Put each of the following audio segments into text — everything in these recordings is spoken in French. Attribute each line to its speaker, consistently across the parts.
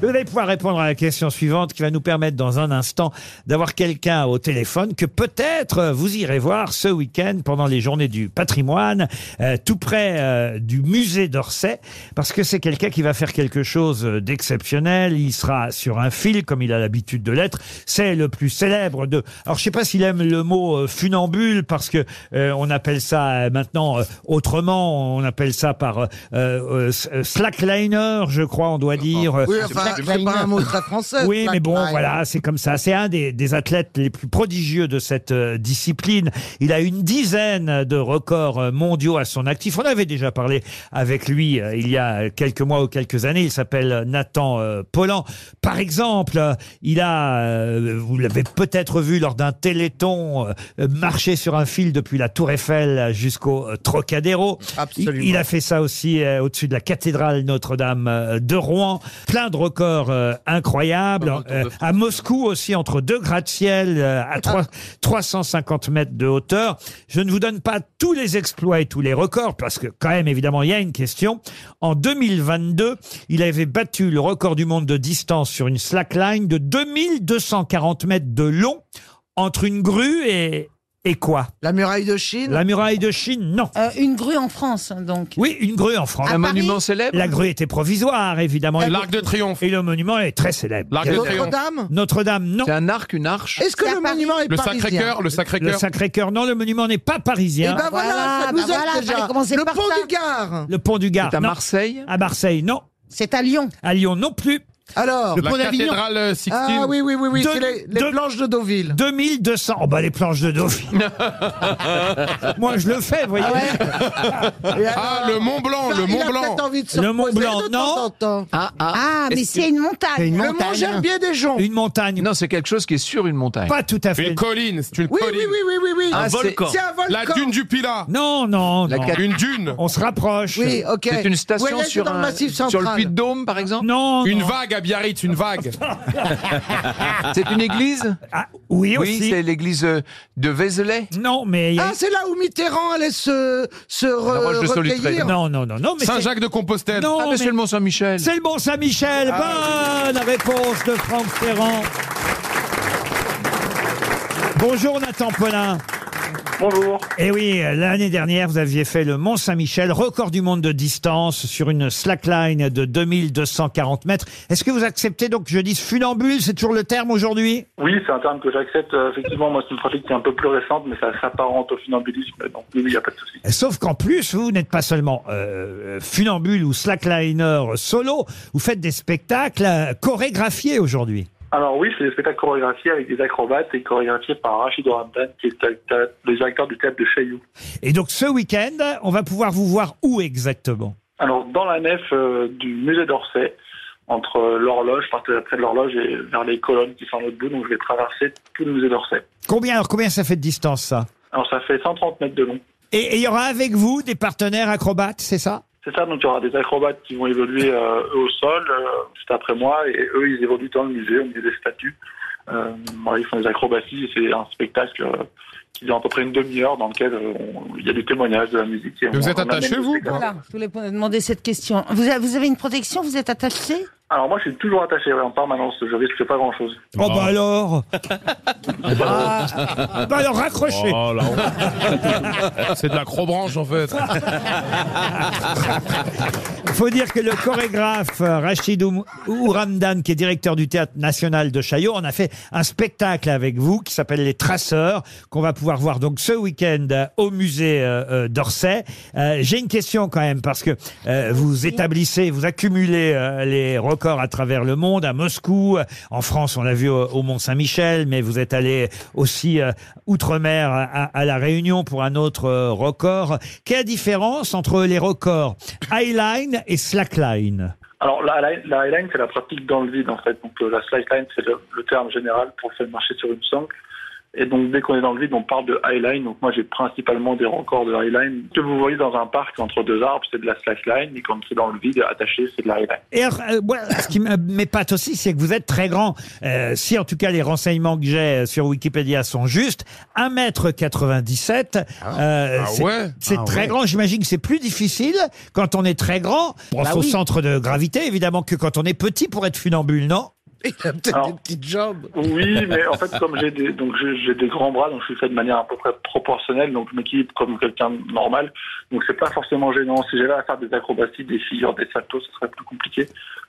Speaker 1: Vous allez pouvoir répondre à la question suivante qui va nous permettre dans un instant d'avoir quelqu'un au téléphone que peut-être euh, vous irez voir ce week-end pendant les journées du patrimoine, euh, tout près euh, du musée d'Orsay, parce que c'est quelqu'un qui va faire quelque chose d'exceptionnel. Il sera sur un fil comme il a l'habitude de l'être. C'est le plus célèbre de. Alors je sais pas s'il aime le mot euh, funambule parce que euh, on appelle ça euh, maintenant euh, autrement. On appelle ça par euh, euh, euh, slackliner, je crois, on doit dire.
Speaker 2: Oui, enfin, c'est pas un mot très français.
Speaker 1: Oui, mais bon,
Speaker 2: Slackliner.
Speaker 1: voilà, c'est comme ça. C'est un des, des athlètes les plus prodigieux de cette euh, discipline. Il a une dizaine de records euh, mondiaux à son actif. On avait déjà parlé avec lui euh, il y a quelques mois ou quelques années. Il s'appelle Nathan euh, Pollan. Par exemple, euh, il a, euh, vous l'avez peut-être vu lors d'un téléthon, euh, marcher sur un fil depuis la Tour Eiffel jusqu'au euh, Trocadéro.
Speaker 2: Absolument.
Speaker 1: Il, il a fait ça aussi euh, au-dessus de la cathédrale Notre-Dame euh, de Rouen. Plein de records euh, incroyables. Euh, à Moscou aussi, entre deux gratte-ciel euh, à trois- 350 mètres de hauteur. Je ne vous donne pas tous les exploits et tous les records, parce que quand même, évidemment, il y a une question. En 2022, il avait battu le record du monde de distance sur une slackline de 2240 mètres de long entre une grue et... Et quoi
Speaker 2: La muraille de Chine
Speaker 1: La muraille de Chine Non.
Speaker 3: Euh, une grue en France, donc.
Speaker 1: Oui, une grue en France.
Speaker 3: À
Speaker 4: Un
Speaker 3: Paris,
Speaker 4: monument célèbre
Speaker 1: La grue était provisoire, évidemment. Et,
Speaker 4: L'arc de triomphe.
Speaker 1: le monument est très célèbre.
Speaker 4: L'arc de triomphe.
Speaker 2: Notre-Dame
Speaker 1: Notre-Dame, non.
Speaker 4: C'est un arc, une arche.
Speaker 2: Est-ce que
Speaker 3: C'est à
Speaker 2: le
Speaker 3: Paris.
Speaker 2: monument est
Speaker 4: Le
Speaker 2: parisien
Speaker 4: Sacré-Cœur, le
Speaker 1: Le
Speaker 4: Sacré-Cœur.
Speaker 1: Sacré-Cœur, non. Le monument n'est pas parisien.
Speaker 2: Eh ben voilà,
Speaker 3: Voilà,
Speaker 2: ça
Speaker 3: bah
Speaker 2: nous aide
Speaker 3: voilà,
Speaker 2: déjà.
Speaker 3: fallait commencer
Speaker 2: Le
Speaker 3: par
Speaker 2: pont
Speaker 3: ça.
Speaker 2: du Gard
Speaker 1: Le pont du Gard,
Speaker 4: C'est à
Speaker 1: non.
Speaker 4: Marseille.
Speaker 1: À Marseille, non.
Speaker 3: C'est à Lyon.
Speaker 1: À Lyon, non plus.
Speaker 2: Alors
Speaker 4: La
Speaker 5: euh,
Speaker 4: cathédrale Sixtine.
Speaker 2: Ah oui, oui, oui, oui,
Speaker 1: Deux-
Speaker 2: c'est les, les
Speaker 1: deux-
Speaker 2: planches de Deauville.
Speaker 1: 2200. Oh, bah, les planches de Dauphine. Moi, je le fais, vous voyez.
Speaker 2: Et
Speaker 4: Ah,
Speaker 2: alors,
Speaker 4: le Mont Blanc, le
Speaker 2: il a
Speaker 4: Mont
Speaker 2: peut-être
Speaker 4: Blanc.
Speaker 2: envie de se
Speaker 1: Le Mont
Speaker 2: reposer
Speaker 1: Blanc,
Speaker 2: de
Speaker 1: non.
Speaker 2: temps en temps.
Speaker 4: Ah,
Speaker 3: Ah, mais
Speaker 4: Est-ce
Speaker 3: s'il y a une montagne.
Speaker 2: Le Mont Gerbier des Joncs.
Speaker 1: Une montagne.
Speaker 4: Non, c'est quelque chose qui est sur une montagne.
Speaker 1: Pas tout à fait.
Speaker 5: Une colline, c'est une
Speaker 2: Oui, oui,
Speaker 5: colline.
Speaker 2: oui, oui, oui, oui.
Speaker 4: Ah, c'est-
Speaker 2: C'est un volcan.
Speaker 5: La dune du Pilat.
Speaker 1: Non, non,
Speaker 4: La
Speaker 1: non.
Speaker 4: cathédrale.
Speaker 5: Une dune.
Speaker 1: On se rapproche.
Speaker 2: Oui, ok.
Speaker 4: C'est une
Speaker 2: Vous
Speaker 4: station
Speaker 2: voyez, c'est
Speaker 4: sur,
Speaker 2: dans le
Speaker 4: un-
Speaker 2: Massif
Speaker 4: sur le
Speaker 2: Central.
Speaker 4: Puy de Dôme, par exemple.
Speaker 1: Non,
Speaker 5: Une
Speaker 1: non.
Speaker 5: vague à Biarritz, une vague.
Speaker 4: C'est une église.
Speaker 1: Ah, oui,
Speaker 4: Oui,
Speaker 1: aussi.
Speaker 4: c'est l'église euh, de Vézelay.
Speaker 1: Non, mais. il y a-
Speaker 2: Ah, c'est là où Mitterrand allait se, se re-
Speaker 4: La roche de Solutré.
Speaker 2: recueillir.
Speaker 1: non, non, non, non, mais. c'est-
Speaker 5: Saint-Jacques de Compostelle.
Speaker 1: Non,
Speaker 4: Ah, mais
Speaker 1: mais-
Speaker 4: c'est le Mont-Saint-Michel.
Speaker 1: C'est le bon Saint-Michel. Bonne réponse de Franck Ferrand. Bonjour Nathan Paulin.
Speaker 6: Bonjour.
Speaker 1: Eh oui, l'année dernière, vous aviez fait le Mont Saint-Michel, record du monde de distance sur une slackline de 2240 mètres. Est-ce que vous acceptez donc que je dise funambule C'est toujours le terme aujourd'hui
Speaker 6: Oui, c'est un terme que j'accepte. Euh, Effectivement, moi, c'est une pratique qui est un peu plus récente, mais ça s'apparente au funambulisme. Donc, oui, il n'y a pas de souci.
Speaker 1: Sauf qu'en plus, vous n'êtes pas seulement euh, funambule ou slackliner solo, vous faites des spectacles euh, chorégraphiés aujourd'hui.
Speaker 6: Alors, oui, c'est des spectacles chorégraphiés avec des acrobates et chorégraphiés par Rachid Ramdan, qui est acteur- le directeur du théâtre de Chaillou.
Speaker 1: Et donc ce week-end, on va pouvoir vous voir où exactement
Speaker 6: Alors, dans la nef euh, du musée d'Orsay, entre euh, l'horloge, partir près de l'horloge et vers les colonnes qui sont à l'autre bout, donc je vais traverser tout le musée d'Orsay.
Speaker 1: Combien, alors combien ça fait de distance ça
Speaker 6: Alors, ça fait 130 mètres de long.
Speaker 1: Et et il y aura avec vous des partenaires acrobates, c'est ça
Speaker 6: C'est ça, donc il y aura des acrobates qui vont évoluer euh, eux au sol, euh, juste après moi, et eux ils évoluent dans le musée, au milieu des statues. Euh, voilà, ils font des acrobaties, et c'est un spectacle euh, qui dure à peu près une demi-heure dans lequel euh, on- il y a du témoignage, de la musique. et
Speaker 5: Mais vous
Speaker 6: on-
Speaker 5: êtes
Speaker 6: on amène
Speaker 5: attaché,
Speaker 6: le
Speaker 5: vous,
Speaker 6: spectateur.
Speaker 3: Voilà, je voulais demander cette question. Vous avez, vous avez une protection Vous êtes attaché
Speaker 6: Alors moi je suis toujours attaché ouais, en permanence, je risque pas grand-chose.
Speaker 1: Oh, bah alors Ah, Bah alors raccrochez
Speaker 5: Oh là C'est de la crobranche en fait.
Speaker 1: faut dire que le chorégraphe euh, Rachid Oum- Ouramdan, qui est directeur du Théâtre National de Chaillot, en a fait un spectacle avec vous qui s'appelle Les Traceurs, qu'on va pouvoir voir donc ce week-end euh, au musée euh, euh, d'Orsay. Euh, J'ai une question quand même, parce que euh, vous établissez, vous accumulez euh, les records à travers le monde, à Moscou, euh, en France, on l'a vu au, au Mont-Saint-Michel, mais vous êtes allé aussi euh, outre-mer à, à La Réunion pour un autre euh, record. Quelle différence entre les records Highline et slackline.
Speaker 6: Alors la, la, la highline c'est la pratique dans le vide en fait, donc euh, la slideline c'est le, le terme général pour faire marcher sur une sangle. Et donc, dès qu'on est dans le vide, on parle de highline. Donc, moi, j'ai principalement des records de highline. Ce que vous voyez dans un parc entre deux arbres, c'est de la slackline. Et quand c'est dans le vide, attaché, c'est de la highline.
Speaker 1: Et alors, euh, moi, ce qui m- m'épate aussi, c'est que vous êtes très grand. Euh, si en tout cas les renseignements que j'ai euh, sur Wikipédia sont justes, 1m97, euh,
Speaker 5: Ah
Speaker 1: c'est
Speaker 5: ouais
Speaker 1: c'est très grand. J'imagine que c'est plus difficile quand on est très grand, pense
Speaker 3: Bah
Speaker 1: au
Speaker 3: oui.
Speaker 1: centre de gravité évidemment, que quand on est petit pour être funambule, non
Speaker 2: Il a peut-être
Speaker 6: Alors-
Speaker 2: des petites jambes.
Speaker 6: Oui, mais en fait, comme j'ai des, donc j'ai j'ai des grands bras, donc je suis fait de manière à peu près proportionnelle, donc je m'équilibre comme quelqu'un de normal. Donc c'est pas forcément gênant. Si j'avais à faire des acrobaties, des figures, des saltos, ce serait plus compliqué.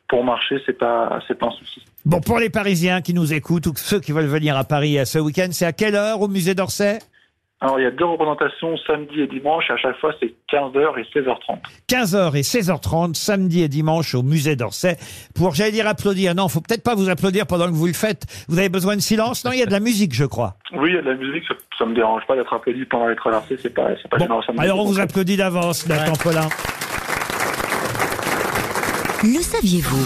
Speaker 6: Pour marcher, c'est pas, c'est pas un souci.
Speaker 1: Bon, pour les Parisiens qui nous écoutent ou ceux qui veulent venir à Paris euh, ce week-end, c'est à quelle heure au musée d'Orsay
Speaker 6: Alors il y a deux représentations samedi et dimanche. Et à chaque fois, c'est 15h et 16h30.
Speaker 1: 15h et 16h30, samedi et dimanche au musée d'Orsay, pour, j'allais dire, applaudir. Non, faut peut-être pas vous applaudir pendant que vous le faites. Vous avez besoin de silence Non, il y a de la musique, je crois.
Speaker 6: Oui, il y a de la musique. Ça, ça me dérange pas d'être applaudi pendant les traversées. C'est pas, c'est pas
Speaker 1: Bon,
Speaker 6: gênant. Ah, ça me
Speaker 1: alors on
Speaker 6: dérange
Speaker 1: vous
Speaker 6: pas.
Speaker 1: applaudit d'avance, Nathan Paulin.
Speaker 7: Le saviez-vous